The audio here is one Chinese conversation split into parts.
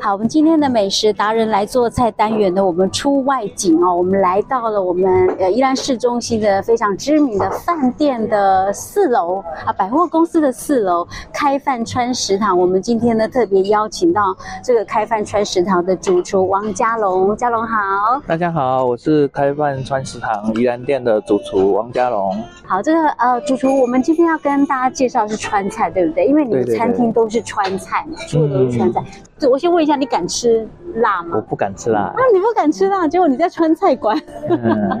好，我们今天的美食达人来做菜单元呢，我们出外景哦，我们来到了我们呃宜兰市中心的非常知名的饭店的四楼啊，百货公司的四楼开饭川食堂。我们今天呢特别邀请到这个开饭川食堂的主厨王家龙，家龙好。大家好，我是开饭川食堂宜兰店的主厨王家龙。好，这个呃主厨，我们今天要跟大家介绍是川菜，对不对？因为你们对对餐厅对都是川菜嘛，做的都是川嗯菜。对，我先问一下，你敢吃辣吗我？不敢吃辣啊，，你不敢吃辣，结果你在川菜馆。嗯，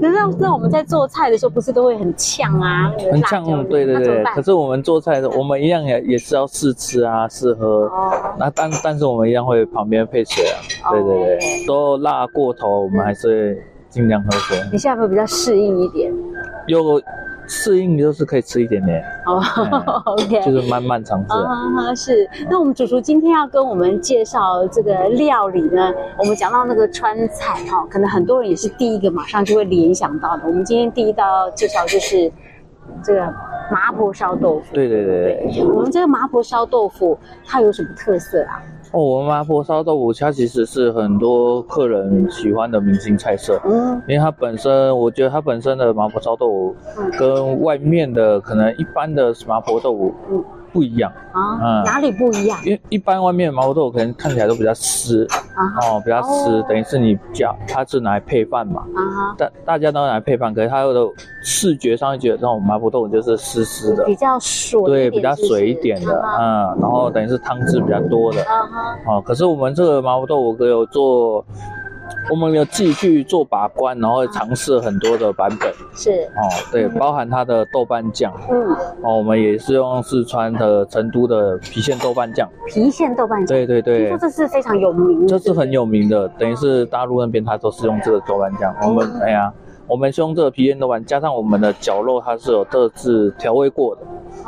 那那那我们在做菜的时候，不是都会很呛啊？那个 很辣椒呛，对对那怎么对。办可是我们做菜的，我们一样也也是要试吃啊，试喝。哦，那但但是我们一样会旁边配水啊，对对对，都辣过头，我们还是会尽量喝水。你现在有没有比较适应一点？又适应就是可以吃一 点点，哦、嗯 o k 就是慢慢尝试啊啊。哈哈，是。那我们主厨今天要跟我们介绍这个料理呢，我们讲到那个川菜哈、可能很多人也是第一个马上就会联想到的。我们今天第一道介绍就是这个麻婆烧豆腐。对对对对。对，我们这个麻婆烧豆腐它有什么特色啊？哦，我们麻婆烧豆腐它其实是很多客人喜欢的明星菜色，嗯因为它本身，我觉得它本身的麻婆烧豆腐嗯跟外面的可能一般的麻婆豆腐嗯不一样，啊，嗯哪里不一样因为一般外面的麻婆豆腐可能看起来都比较湿啊哈？哦，比较湿哦，等于是你加它是拿来配饭嘛，啊哈，大大家都拿来配饭，可是它的视觉上会觉得那种麻婆豆腐就是湿湿的比，较水一点，对，比较是不是水一点的，啊哈嗯，然后等于是汤汁比较多的。啊哈，哦，可是我们这个麻婆豆腐哥有做，我们有继续做把关，然后尝试很多的版本是，哦，对， 包含它的豆瓣酱嗯，哦，我们也是用四川的成都的郫县豆瓣酱，郫县豆瓣酱，对对听对说，这是非常有名的，这是很有名的，等于是大陆那边它都是用这个豆瓣酱，我们哦哎呀。我们是用这个郫县豆瓣，加上我们的绞肉，它是有特制调味过的。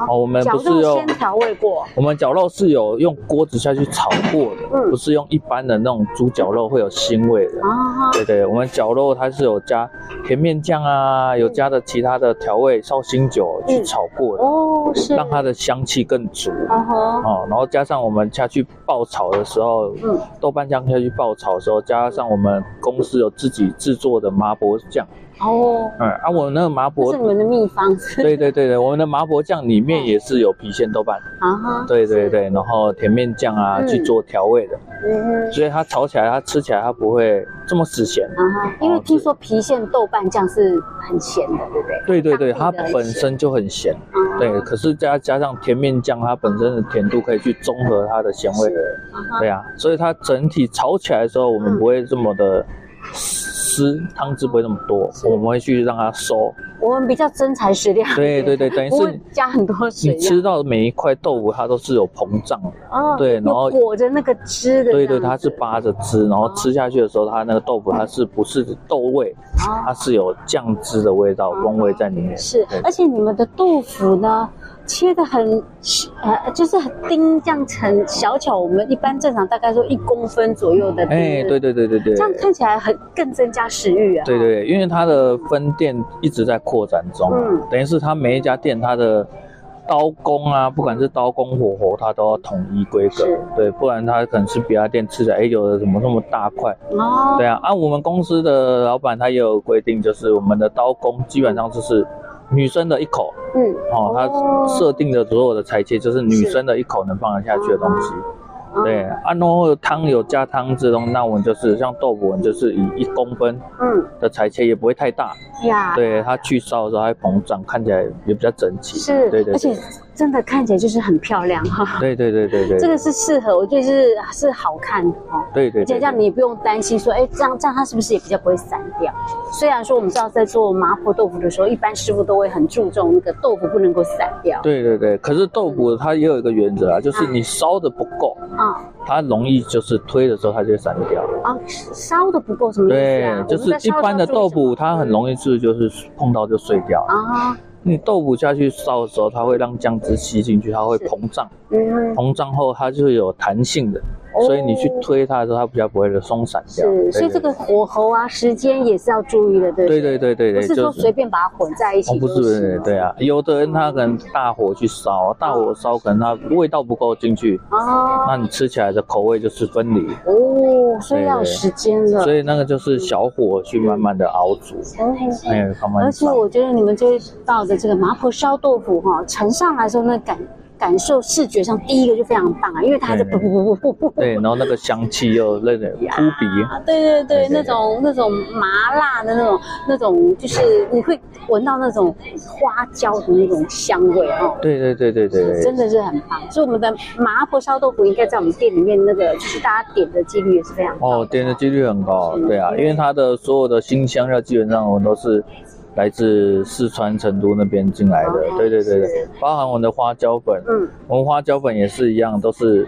哦，我们绞不是肉用先调味过，我们绞肉是有用锅子下去炒过的，嗯不是用一般的那种猪绞肉会有腥味的。啊哈，对对，我们绞肉它是有加甜面酱啊，有加的其他的调味绍兴酒嗯去炒过的，哦是，让它的香气更足。啊哈，哦，然后加上我们下去爆炒的时候，嗯豆瓣酱下去爆炒的时候，加上我们公司有自己制作的麻婆酱，哦，嗯，啊，我那个麻这婆是，你们的秘方，对对对对，我们的麻婆酱里面也是有郫县豆瓣，啊哈，对对对，然后甜面酱啊嗯去做调味的，嗯哼。所以它炒起来，它吃起来它不会这么死咸。啊哈，因为听说郫县豆瓣酱是很咸的，对不对？对对对，它当地的本身就很咸，啊对，可是加加上甜面酱，它本身的甜度可以去中和它的咸味，啊哈对啊，所以它整体炒起来的时候，我们嗯不会这么的湿，汤汁不会那么多，是我们会去让它收。我们比较真材实料，对对，对，等于不会是加很多水这你样。吃到每一块豆腐，它都是有膨胀的，哦，对有然后裹着那个汁的这样对子，对，它是扒着汁，然后吃下去的时候，它那个豆腐它是不是豆味，哦它是有酱汁的味道、风味在里面。嗯是对，而且你们的豆腐呢，切的很细，呃，就是很丁这样很小巧。我们一般正常大概说一公分左右的丁，哎，对对对对对，这样看起来很更增加食欲啊。对对对，因为它的分店一直在扩展中，啊嗯等于是它每一家店它的刀工啊，不管是刀工、火候，它都要统一规格是，对，不然它可能是别家店吃起来，哎，有的怎么那么大块？哦，对啊，啊，我们公司的老板他也有规定，就是我们的刀工基本上就是女生的一口，嗯，哦，哦它设定的所有的裁切就是女是生的一口能放得下去的东西。嗯对，，啊，然后汤有加汤汁东西，那我们就是像豆腐，我们就是以一公分嗯的裁切，也不会太大。呀，对，它去烧的时候它会膨胀，看起来也比较整齐。是，对对而且对，真的看起来就是很漂亮哈。对对对对对，这个是适合，我觉得是是好看的哦。对对而且对这样对，你也不用担心说，哎，这样这样它是不是也比较不会散掉？虽然说我们知道在做麻婆豆腐的时候，一般师傅都会很注重那个豆腐不能够散掉。对对对。可是豆腐它也有一个原则啊，就是你烧的不够，啊它容易就是推的时候它就会散掉。啊，烧的不够什么意思对啊？，就我们在是一烧般的时候豆注意什么腐它很容易是就是碰到就碎掉。啊，你豆腐下去烧的时候，它会让酱汁吸进去，它会是膨胀，嗯膨胀后它就有弹性的，哦所以你去推它的时候，它比较不会松散掉。是，对所以这个火候啊、时间也是要注意的，对不对对对对不对，是说就随便把它混在一哦起，不就是行了对啊，有的人他可能大火去烧，大火烧可能它味道不够进去，那哦你吃起来的口味就是分离。哦，所以要有对对时间了。所以那个就是小火去慢慢的熬煮，哦哎，慢慢而且烧我觉得你们这一道的这个麻婆烧豆腐哈、盛上来的时候，那感感受视觉上第一个就非常棒啊，因为它还是对噗噗噗噗噗噗对，然后那个香气又那个扑鼻，啊，对对对，对对那种那种麻辣的那种那种，就是你会闻到那种花椒的那种香味哦。对对对对对真对，的是很棒，所以我们的麻婆烧豆腐应该在我们店里面那个，就是大家点的几率也是非常高。哦，点的几率很高是，对啊，因为它的所有的新香料基本上我们都是来自四川成都那边进来的哦，对对对对是，包含我们的花椒粉，嗯，我们花椒粉也是一样，都是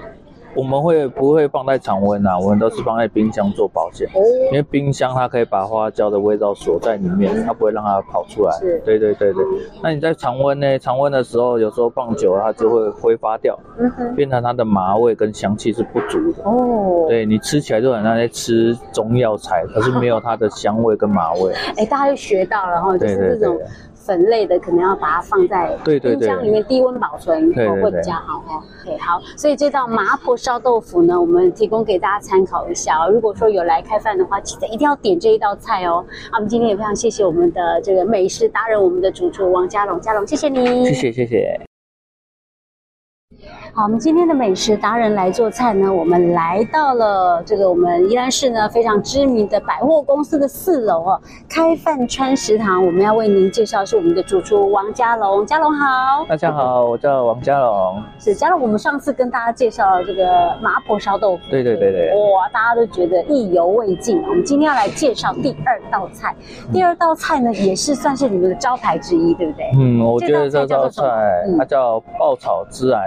我们会不会放在常温啊？我们都是放在冰箱做保鲜。哦，因为冰箱它可以把花椒的味道锁在里面，它不会让它跑出来是。对对对对。那你在常温呢？常温的时候，有时候放久了它就会挥发掉，嗯哼，变成它的麻味跟香气是不足的。哦，对你吃起来就很像在吃中药材，可是没有它的香味跟麻味。哎，大家又学到了哈，就对是对这种对粉类的，可能要把它放在对对冰对箱里面低温保存，对哦对会对比较好哦。对，好，所以这道麻婆烧豆腐呢，我们提供给大家参考一下哦。如果说有来开饭的话，记得一定要点这一道菜哦。啊，我们今天也非常谢谢我们的这个美食达人，我们的主厨王家龙，家龙，谢谢你，谢。谢谢谢。好，我们今天的美食达人来做菜呢，我们来到了这个我们宜兰市呢非常知名的百货公司的四楼哦，开饭川食堂。我们要为您介绍是我们的主厨王家龙，家龙好。大家好，我叫王家龙。是家龙，我们上次跟大家介绍了这个麻婆烧豆腐，对对对对哇，大家都觉得意犹未尽。我们今天要来介绍第二道菜，第二道菜呢也是算是你们的招牌之一，对不对？嗯，我觉得这这道道菜叫做什么菜嗯它叫爆炒孜然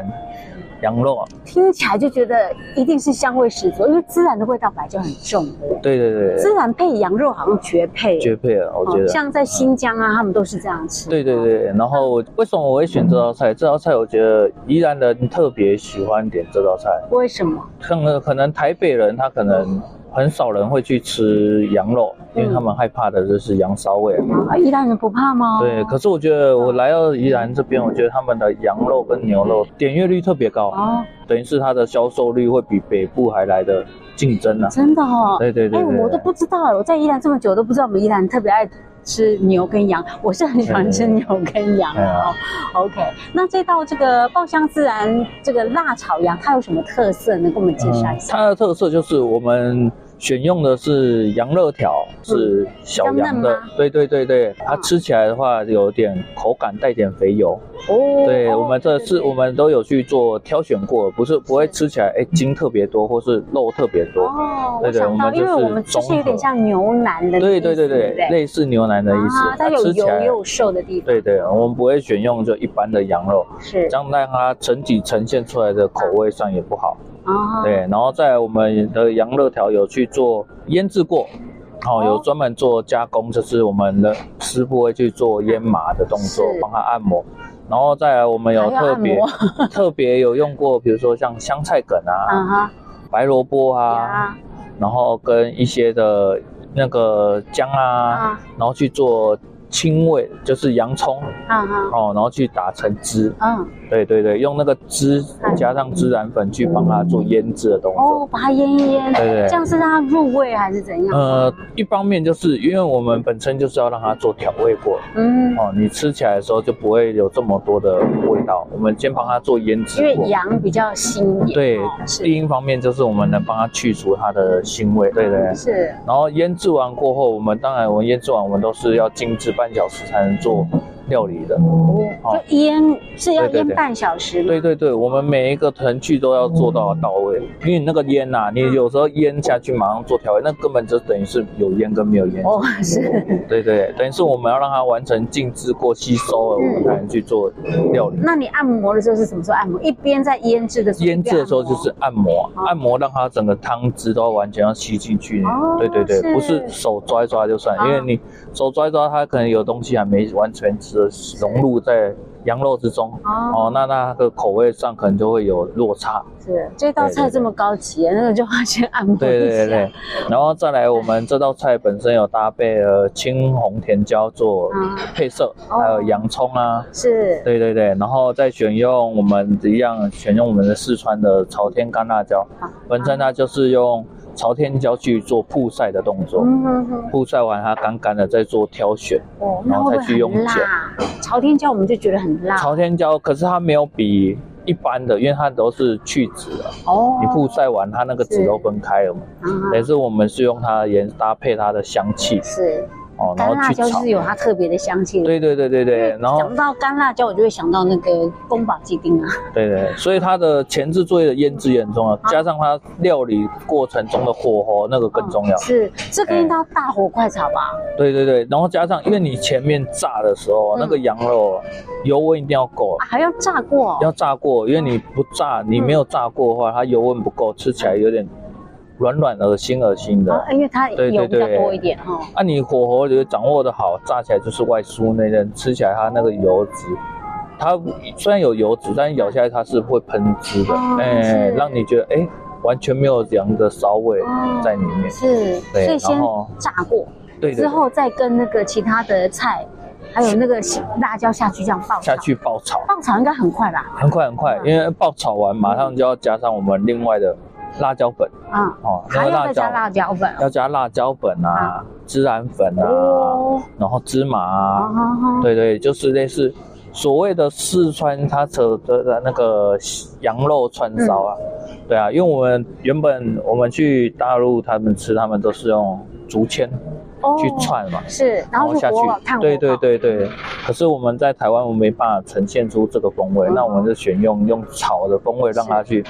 羊肉啊。听起来就觉得一定是香味十足，因为孜然的味道本来就很重，对不对？对对对孜对，然配羊肉好像绝配，绝配了，我哦觉得。像在新疆啊，他们都是这样吃。对对，对，然后嗯我为什么我会选这道菜？这道菜我觉得宜兰人特别喜欢点这道菜，为什么？像呃可能台北人他可能很少人会去吃羊肉，因嗯为他们害怕的就是羊骚味。啊，宜兰人不怕吗？对，可是我觉得嗯我来到宜兰这边，我觉得他们的羊肉跟牛肉点阅率特别高，哦，等于是它的销售率会比北部还来的竞争啊。真的哦。对对对哎，对我都不知道，我在宜兰这么久都不知道我们宜兰特别爱吃牛跟羊，我是很喜欢吃牛跟羊对对对哦。OK，那这道这个爆香孜然这个辣炒羊，它有什么特色？能给我们介啊绍一嗯下？它的特色就是我们选用的是羊肉条，是小羊嗯比较嫩的吗，嗯对对对对，它吃起来的话有点口感带点肥油。哦嗯对哦我们这次对对我们都有去做挑选过，不是不会吃起来哎筋特别多或是肉特别多。哦，我对对想我到，们就因为是我们就是综合有点像牛腩的意思，对对对对不对，类似牛腩的意思啊，，它它有吃起油来又瘦的地方，对对，我们不会选用就一般的羊肉，是这样让它整体呈现出来的口味上也不好。啊，对，然后在我们的羊肉条有去做腌制过，好、哦哦，有专门做加工，就是我们的师傅会去做腌麻的动作是，帮它按摩。然后再来，我们有还要特别按特别有用过，比如说像香菜梗啊、啊哈白萝卜啊，呀然后跟一些的那个姜啊，啊然后去做清味，就是洋葱啊哈哦，然后去打成汁。嗯对对对，用那个汁加上孜然粉去帮它做腌制的动作。哦，把它腌一腌，对对这样是让它入味还是怎样？呃，一方面就是因为我们本身就是要让它做调味过嗯，哦，你吃起来的时候就不会有这么多的味道。我们先帮它做腌制因为过，羊比较腥一点，对哦，是第一方面就是我们能帮它去除它的腥味，对对。对是然后腌制完过后，我们当然我们腌制完我们都是要静置半小时才能做料理的。哦哦，就腌是要对对腌对半小时吗？对对对，我们每一个程序都要做到到位，因为你那个腌呐、你有时候腌下去马上做调味，那根本就等于是有腌跟没有腌。哦，是。对对，等于是我们要让它完成静置过、吸收了，我嗯们才能去做料理。那你按摩的时候是什么时候按摩？一边在腌制的时候，腌制的时候一就边按摩是按摩，哦按摩让它整个汤汁都完全要吸进去哦。对对是对，不是手抓一抓就算哦，因为你手抓一抓，它可能有东西还没完全的融入在羊肉之中。哦，哦，那那个口味上可能就会有落差，是这道菜这么高级，那个就要先按摩一下。对对对对，然后再来我们这道菜本身有搭配了青红甜椒做嗯配色，哦还有洋葱啊，是对对对，然后再选用我们一样选用我们的四川的朝天干辣椒好，本身它就是用朝天椒去做曝晒的动作，嗯哼哼，曝晒完它干干的再做挑选，哦，那然后会再不去会用很碱辣？朝天椒我们就觉得很辣朝天椒可是它没有比一般的，因为它都是去籽的，哦。你曝晒完它那个籽都分开了嘛。啊也是我们是用它的盐搭配它的香气是哦，干然后辣去椒就炒是。有它特别的香气的。对对对对对，然后想到干辣椒，我就会想到那个宫保鸡丁啊。对对，所以它的前置作业的腌制也很啊重要，加上它料理过程中的火候那个更重要。哦是，这跟一道大火快炒吧。对对对，然后加上因为你前面炸的时候，嗯那个羊肉油温一定要够啊，，还要炸过哦。要炸过，因为你不炸，你没有炸过的话，它油温不够，吃起来有点软软恶心恶心的。啊，因为它对对油比较对多一点哦。啊，你火候就掌握的好，炸起来就是外酥内嫩，吃起来它那个油脂，它虽然有油脂，但是咬下来它是会喷汁的，哦哎、是让你觉得哎、完全没有羊的骚味哦在里面。是，所对以先然后炸过，对对之对，后再跟那个其他的菜，还有那个辣椒下去这样爆炒。下去爆炒，爆炒应该很快吧？很快很快，因为爆炒完马上就要加上我们另外的辣椒粉嗯，哦，那还个要辣再椒加辣椒粉。要加辣椒粉啊，孜然粉啊，哦，然后芝麻啊。哦，对对，就是类似所谓的四川它扯的那个羊肉串烧啊，嗯对啊，因为我们原本我们去大陆他们吃，他们都是用竹签哦去串嘛。是，然后入下去锅炭，火对对烤，对对。可是我们在台湾，我们没办法呈现出这个风味，嗯那我们就选用用炒的风味，让它去，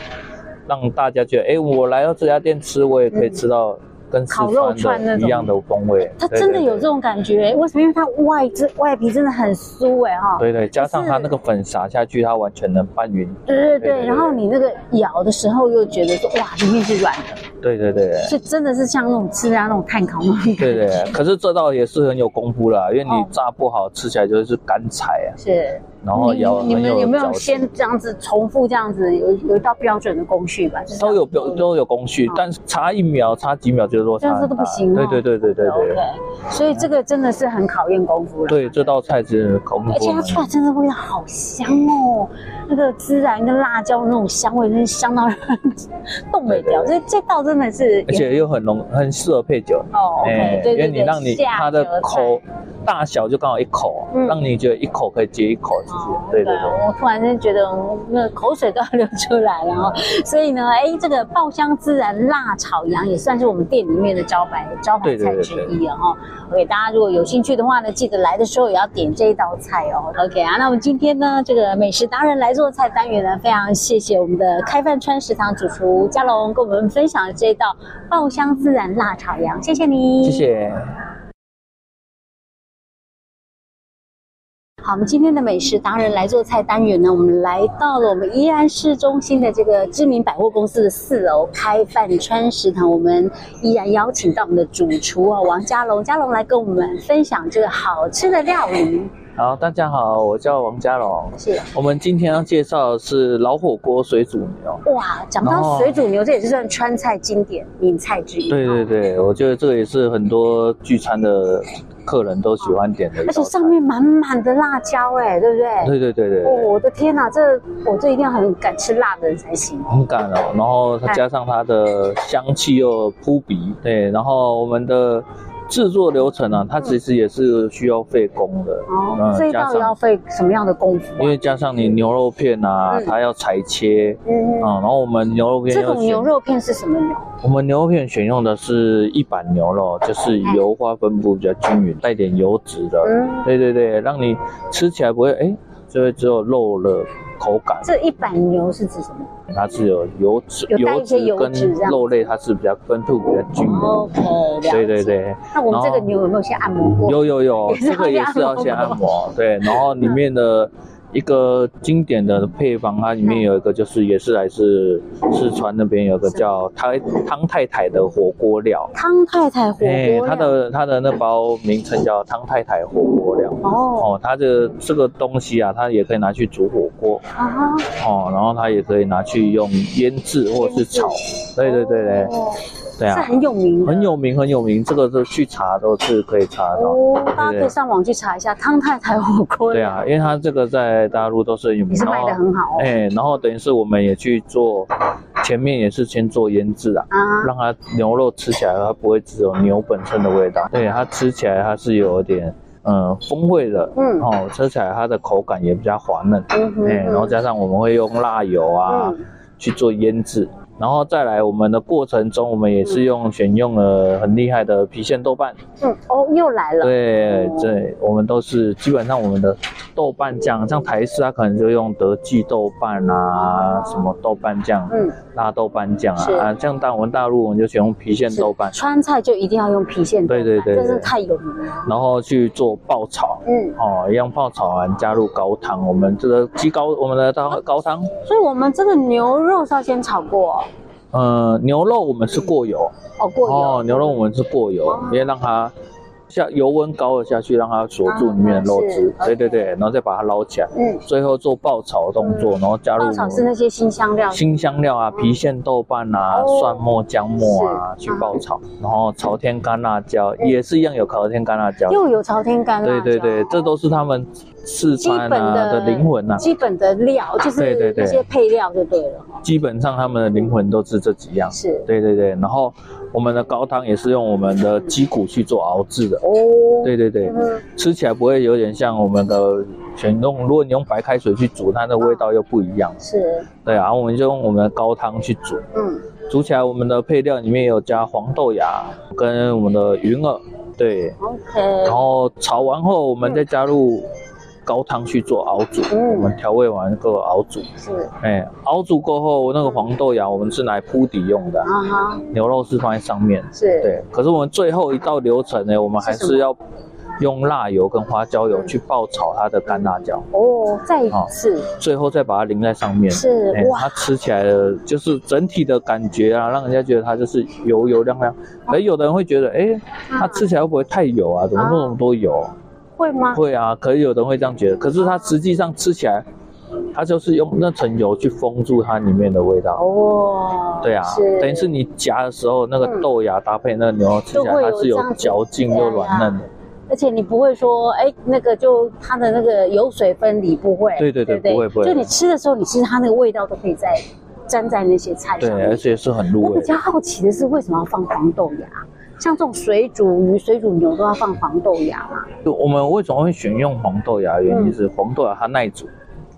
让大家觉得，哎，我来到这家店吃，我也可以吃到跟嗯四烤肉串川那的一种样的风味。它对真的对有对这种感觉，为什么？因为它外这外皮真的很酥哎哈。对对，加上它是那个粉撒下去，它完全能拌匀。对对对对对，对然后你那个咬的时候又觉得说哇，里面是软的，对对对所以真的是像那种吃啊那种碳烤那种感觉。对对，可是这道也是很有功夫啦，因为哦你炸不好，吃起来就是干柴啊， 是，然后你咬很你们有没嚼有劲先这样子重复这样子有有一道标准的工序吧？就是都有标都有工序嗯，但是差一秒差几秒就是落这差样子很都大。不行哦对对对对对对 OK，所以这个真的是很考验功夫了。对，这道菜是功夫。而且它出来真的味道好香哦，那个孜然跟辣椒那种香味，真是香到让人 动不掉。对对对这这道真的是而且又很浓，很适合配酒。哎哦，OK，对因为对你对，让你下它酒菜的口大小就刚好一口嗯，让你觉得一口可以接一口，就是哦对对对。我突然间觉得我那个口水都要流出来了 哦。所以呢，哎，这个爆香孜然辣炒羊也算是我们店里面的招牌招牌对对菜对之一了哦。OK，大家如果有兴趣的话呢，记得来的时候也要点这一道菜哦。OK 啊，那我们今天呢，这个美食达人来做菜单元呢，非常谢谢我们的开饭川食堂主厨嘉龙跟我们分享这道爆香孜然辣炒羊，谢谢你，谢谢。好，我们今天的美食达人来做菜单元呢，我们来到了我们宜安市中心的这个知名百货公司的四楼开饭川食堂，我们依然邀请到我们的主厨啊王家龙，家龙来跟我们分享这个好吃的料理。好，大家好，我叫王家龙。是我们今天要介绍的是老火锅水煮牛。哇，讲到水煮牛，这也是算川菜经典名菜之一。对对哦，对，我觉得这个也是很多聚餐的客人都喜欢点的一道而菜且上。面满满的辣椒，哎，对不对？对对对对哦，对，我的天哪，这我这一定要很敢吃辣的人才行。很干哦。然后它加上它的香气又扑鼻，对。然后我们的制作流程嗯啊，它其实也是需要费工的。哦，这一加道上要费什么样的功夫啊？因为加上你牛肉片啊，嗯它要裁切嗯啊，然后我们牛肉片这要种选牛肉片是什么牛？我们牛肉片选用的是一板牛肉，就是油花分布比较均匀，带点油脂的。嗯，对对对，让你吃起来不会哎，就会只有肉的口感，这一板牛是指什么它是有油脂、有带一些油跟脂这样肉类，它是比较分布比较均匀。 ？OK，了解。对对。对，那我们这个然后牛有没有先按摩过？ 有有有也，是这个也是要要先先按按摩摩。对，然后里面的一个经典的配方，它里面有一个就是也是来自四川那边有个叫汤汤太太的火锅料，汤太太火锅哎，料它的它的那包名称叫汤太太火锅料。哦哦，它的这个东西啊，它也可以拿去煮火锅啊哈，哦，然后它也可以拿去用腌制或是炒。对对对对，哦对是啊，很有名的，很有名很有名，这个是去查都是可以查得到。哦，大家可以上网去查一下汤太太火锅对料，啊，因为它这个在大陆都是很有也名，是卖然后的很好哦哎、然后等于是我们也去做，前面也是先做腌制啊，啊，让它牛肉吃起来它不会只有牛本身的味道，对，它吃起来它是有点嗯风味的，嗯哦，吃起来它的口感也比较滑嫩，嗯哼哎、然后加上我们会用辣油啊、嗯去做腌制。然后再来，我们的过程中，我们也是用选用了很厉害的郫县豆瓣，嗯，哦，又来了，对哦对，我们都是基本上我们的豆瓣酱，像台式它可能就用德记豆瓣啊，什么豆瓣酱、嗯，辣豆瓣酱是啊，啊，像大我们大陆我们就选用郫县是豆瓣，川菜就一定要用郫县豆瓣，对对对对这是太有名了，然后去做爆炒。嗯，哦，一样爆炒完加入高汤，我们这个鸡高，我们的高高汤，所以我们这个牛肉是要先炒过哦，呃，牛肉我们是过油，哦，过油，哦，牛肉我们是过油，哦因为让它下油温高了下去，让它锁住里面的肉啊汁，是对对对，然后再把它捞起来，嗯，最后做爆炒动作，然后加入爆炒是那些新香料，新香料啊、郫县豆瓣啊、哦蒜末、姜末啊去爆炒，然后朝天干辣椒嗯也是一样有朝天干辣椒，又有朝天干辣对椒，对对，这都是他们四基川本啊的的灵魂呐，基本的料就对是对对那些配料就对了，基本上他们的灵魂都是这几样。是，对对对，然后我们的高汤也是用我们的鸡骨去做熬制的。哦，对对对，嗯吃起来不会有点像我们的选用，如果你用白开水去煮，它的味道又不一样。是，对啊，我们就用我们的高汤去煮，嗯，煮起来我们的配料里面有加黄豆芽跟我们的云耳，对， OK，然后炒完后我们再加入高汤去做熬煮，嗯我们调味完后熬煮，是哎，熬煮过后那个黄豆芽我们是拿来铺底用的，啊哈，牛肉是放在上面，是，对，可是我们最后一道流程呢，我们还是什么是要用辣油跟花椒油嗯去爆炒它的干辣椒，哦，再一次、最后再把它淋在上面。是哎哇，它吃起来的就是整体的感觉啊，让人家觉得它就是油油亮亮。可是有的人会觉得，哎，它吃起来会不会太油啊？怎么会那么多油？会吗？会啊，可是有的人会这样觉得。可是它实际上吃起来，它就是用那层油去封住它里面的味道。哦，对啊，是，等于是你夹的时候，那个嗯豆芽搭配那个牛肉吃起就会来，有它是有这样子嚼劲哎又呀软嫩的。而且你不会说，哎，那个就它的那个油水分离不会，对对对不不会不会就你吃的时候，你其实它那个味道都可以在沾在那些菜对上，面而。且是很入我味比较的。好奇的是，为什么要放黄豆芽？像这种水煮鱼、水煮牛都要放黄豆芽嘛？就我们为什么会选用黄豆芽？原因嗯是黄豆芽它耐煮，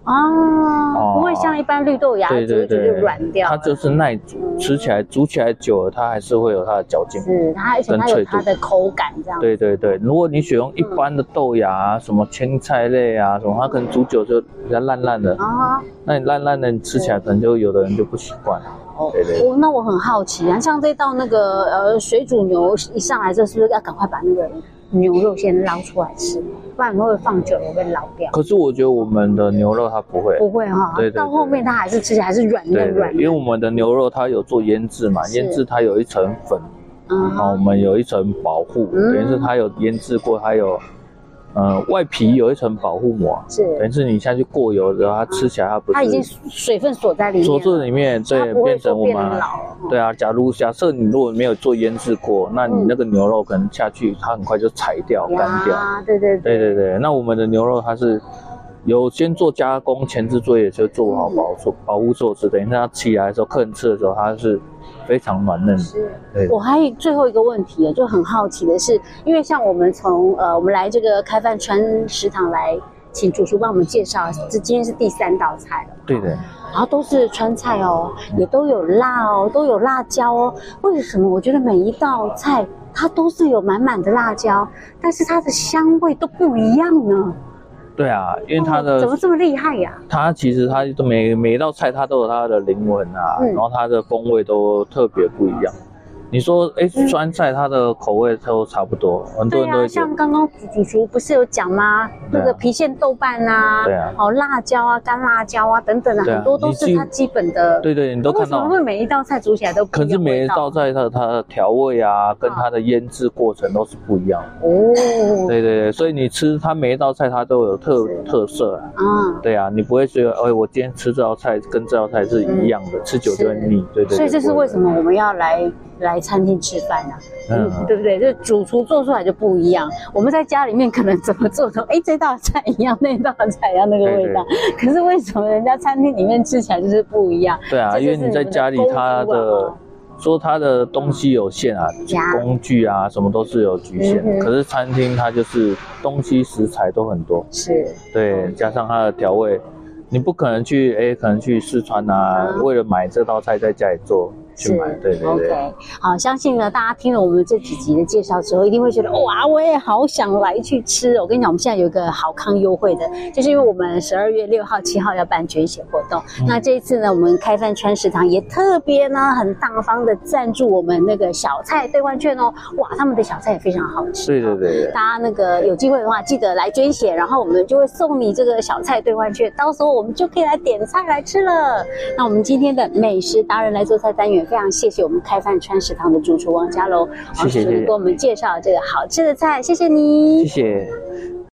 啊，哦不会像一般绿豆芽对煮对一煮就对，软掉它了。就是耐煮，吃起来煮起来久了，它还是会有它的嚼劲。是它，而且它有跟脆度它的口感这样。对对对，如果你选用一般的豆芽啊，什么青菜类啊，什么，它可能煮久就比较烂烂的。啊，那你烂烂的，你吃起来可能就有的人就不习惯。哦对对，我那我很好奇啊，像这道那个呃水煮牛一上来，这是不是要赶快把那个牛肉先捞出来吃？不然会放久了会捞掉。可是我觉得我们的牛肉它不会，不会哈、对对对到后面它还是吃起来还是软对嫩对，软因为嫩。我们的牛肉它有做腌制嘛，是腌制它有一层粉嗯然后我们有一层保护，嗯等于是它有腌制过，它有，呃，外皮有一层保护膜，等是于是你下去过油的时候，它吃起来它不它已经是水分锁在里面锁了，住里面，它对不，会变成说我变们，老了。对啊，假如假设你如果没有做腌制过，那你那个牛肉可能下去它很快就柴掉干掉，嗯呀，对对对对对，那我们的牛肉它是。有先做加工，前置作业就做好保护保护措施，等于它起来的时候，客人吃的时候，它是非常软嫩的。是对我还有最后一个问题，就很好奇的是，因为像我们从呃，我们来这个开饭川食堂来，请主厨帮我们介绍，这今天是第三道菜了，对的。然后都是川菜哦，也都有辣哦，都有辣椒哦。为什么我觉得每一道菜它都是有满满的辣椒，但是它的香味都不一样呢？对啊，因为它哦的怎么这么厉害呀、它其实它都每每一道菜它都有它的灵魂啊，嗯然后它的风味都特别不一样。你说，哎，川菜它的口味都差不多，很嗯对多人都啊，会觉像得，啊刚刚主厨不是有讲吗？那个郫县豆瓣啊，对啊哦辣椒啊、干辣椒啊等等的，对啊很多都是你几它基本的。对对，你那都为看什么到。会每一道菜煮起来都不一可样是每一味道菜它它的调味啊，跟它的腌制过程都是不一样的。哦，对对对，所以你吃它每一道菜它都有特特色啊。啊，对啊，你不会觉得，哎，我今天吃这道菜跟这道菜是一样的，吃久就会腻。对对对。所以这嗯是不会为什么我们要来来餐厅吃饭呢、嗯嗯，对不对？就主厨做出来就不一样。我们在家里面可能怎么做都，哎，这道菜一样，那道菜一样，那个味道。可是为什么人家餐厅里面吃起来就是不一样？对啊，这就因是为你在家里你们的它功夫的啊说它的东西有限啊，呀工具啊什么都是有局限嗯哼的。可是餐厅它就是东西食材都很多，是，嗯对，加上它的调味，你不可能去哎，可能去四川啊，嗯为了买这道菜在家里做去买，对对对。 OK，好，相信呢，大家听了我们这几集的介绍之后，一定会觉得哇，我也好想来去吃哦。我跟你讲，我们现在有一个好康优惠的，就是因为我们十二月六号、七号要办捐血活动，嗯那这一次呢，我们开饭川食堂也特别呢很大方的赞助我们那个小菜兑换券哦。哇，他们的小菜也非常好吃、对对对对，大家那个有机会的话，记得来捐血，然后我们就会送你这个小菜兑换券，到时候我们就可以来点菜来吃了。那我们今天的美食达人来做菜单元，非常谢谢我们开饭川食堂的主厨王家楼王谢谢主厨谢谢给我们介绍这个好吃的菜，谢谢谢你。谢。